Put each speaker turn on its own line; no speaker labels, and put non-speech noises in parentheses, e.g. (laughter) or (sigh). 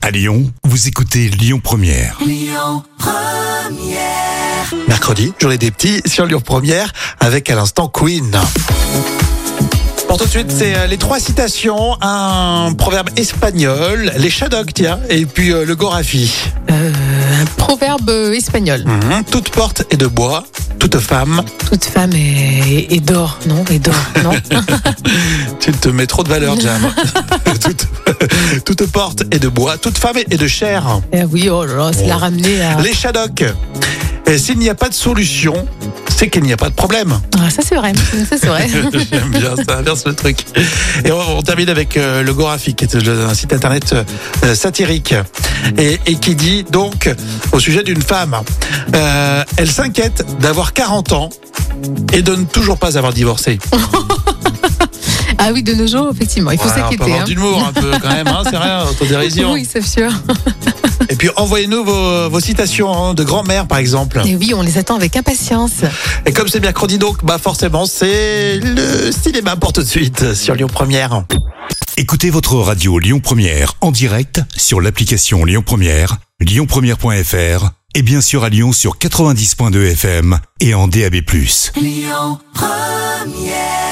À Lyon, vous écoutez Lyon Première.
Mercredi, journée des petits sur Lyon Première avec à l'instant Queen. Pour tout de suite, c'est euh, les trois citations, un proverbe espagnol, les Shadok, tiens, et puis euh, le Gorafi.
Proverbe espagnol.
Mhm. Toute porte est de bois, toute femme,
Toute femme est, est d'or, non
(laughs)
Est d'or, non
tu te mets trop de valeur, Jam. (laughs) toute, toute porte est de bois, toute femme est de chair.
Eh Oui, oh là là, c'est la ramener à...
Les Shadok, et s'il n'y a pas de solution, c'est qu'il n'y a pas de problème.
Ah, ça c'est vrai, ça
(laughs)
c'est vrai.
J'aime bien, ça inverse le truc. Et on, on termine avec euh, le Gorafi, qui est le- un site internet euh, satirique, et, et qui dit donc au sujet d'une femme, euh, elle s'inquiète d'avoir 40 ans et de ne toujours pas avoir divorcé.
Ah oui, de nos jours, effectivement, il faut
Voilà, on peut
s'inquiéter.
avoir
hein.
d'humour un peu quand même, hein, c'est
(laughs)
rien, autodérision.
Oui, c'est sûr.
Et puis envoyez-nous vos, vos citations hein, de grand-mère par exemple.
Et oui, on les attend avec impatience.
Et comme c'est mercredi donc, bah forcément c'est le cinéma pour tout de suite sur Lyon Première.
Écoutez votre radio Lyon Première en direct sur l'application Lyon Première, lyonpremière.fr et bien sûr à Lyon sur 90.2 FM et en DAB+.
Lyon Première